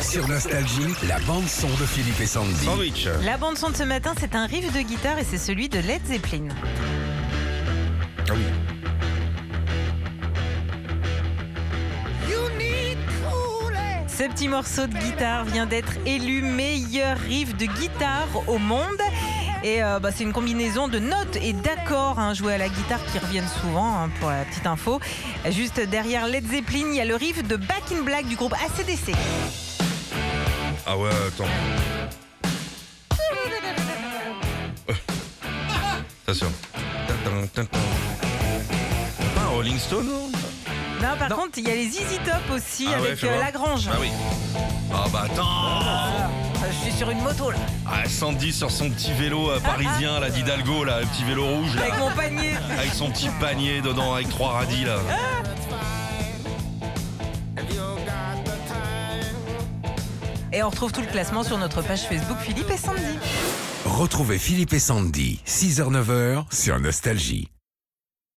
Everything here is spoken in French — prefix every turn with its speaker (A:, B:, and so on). A: Sur Nostalgie, la bande-son de Philippe et Sandy.
B: Sandwich.
C: La bande son de ce matin, c'est un riff de guitare et c'est celui de Led Zeppelin.
B: Ah oui.
C: Ce petit morceau de guitare vient d'être élu meilleur riff de guitare au monde. Et euh, bah, c'est une combinaison de notes et d'accords hein, joués à la guitare qui reviennent souvent, hein, pour la petite info. Juste derrière Led Zeppelin, il y a le riff de Back in Black du groupe ACDC.
B: Ah ouais, attends. Attention. Tintin, tintin. Pas un Ah, Rolling Stone, non
C: Non, par contre, il y a les Easy Top aussi
B: Ah ouais,
C: avec
B: fais
C: euh,
B: voir.
C: Lagrange.
B: Ah oui. Ah bah attends
C: Euh, je suis sur une moto là,
B: ah, Sandy sur son petit vélo euh, parisien, là, d'Hidalgo, là, le petit vélo rouge, là,
C: avec mon panier.
B: avec son petit panier dedans, avec trois radis, là.
C: Et on retrouve tout le classement sur notre page Facebook Philippe et Sandy.
A: Retrouvez Philippe et Sandy, 6h-9h, sur Nostalgie.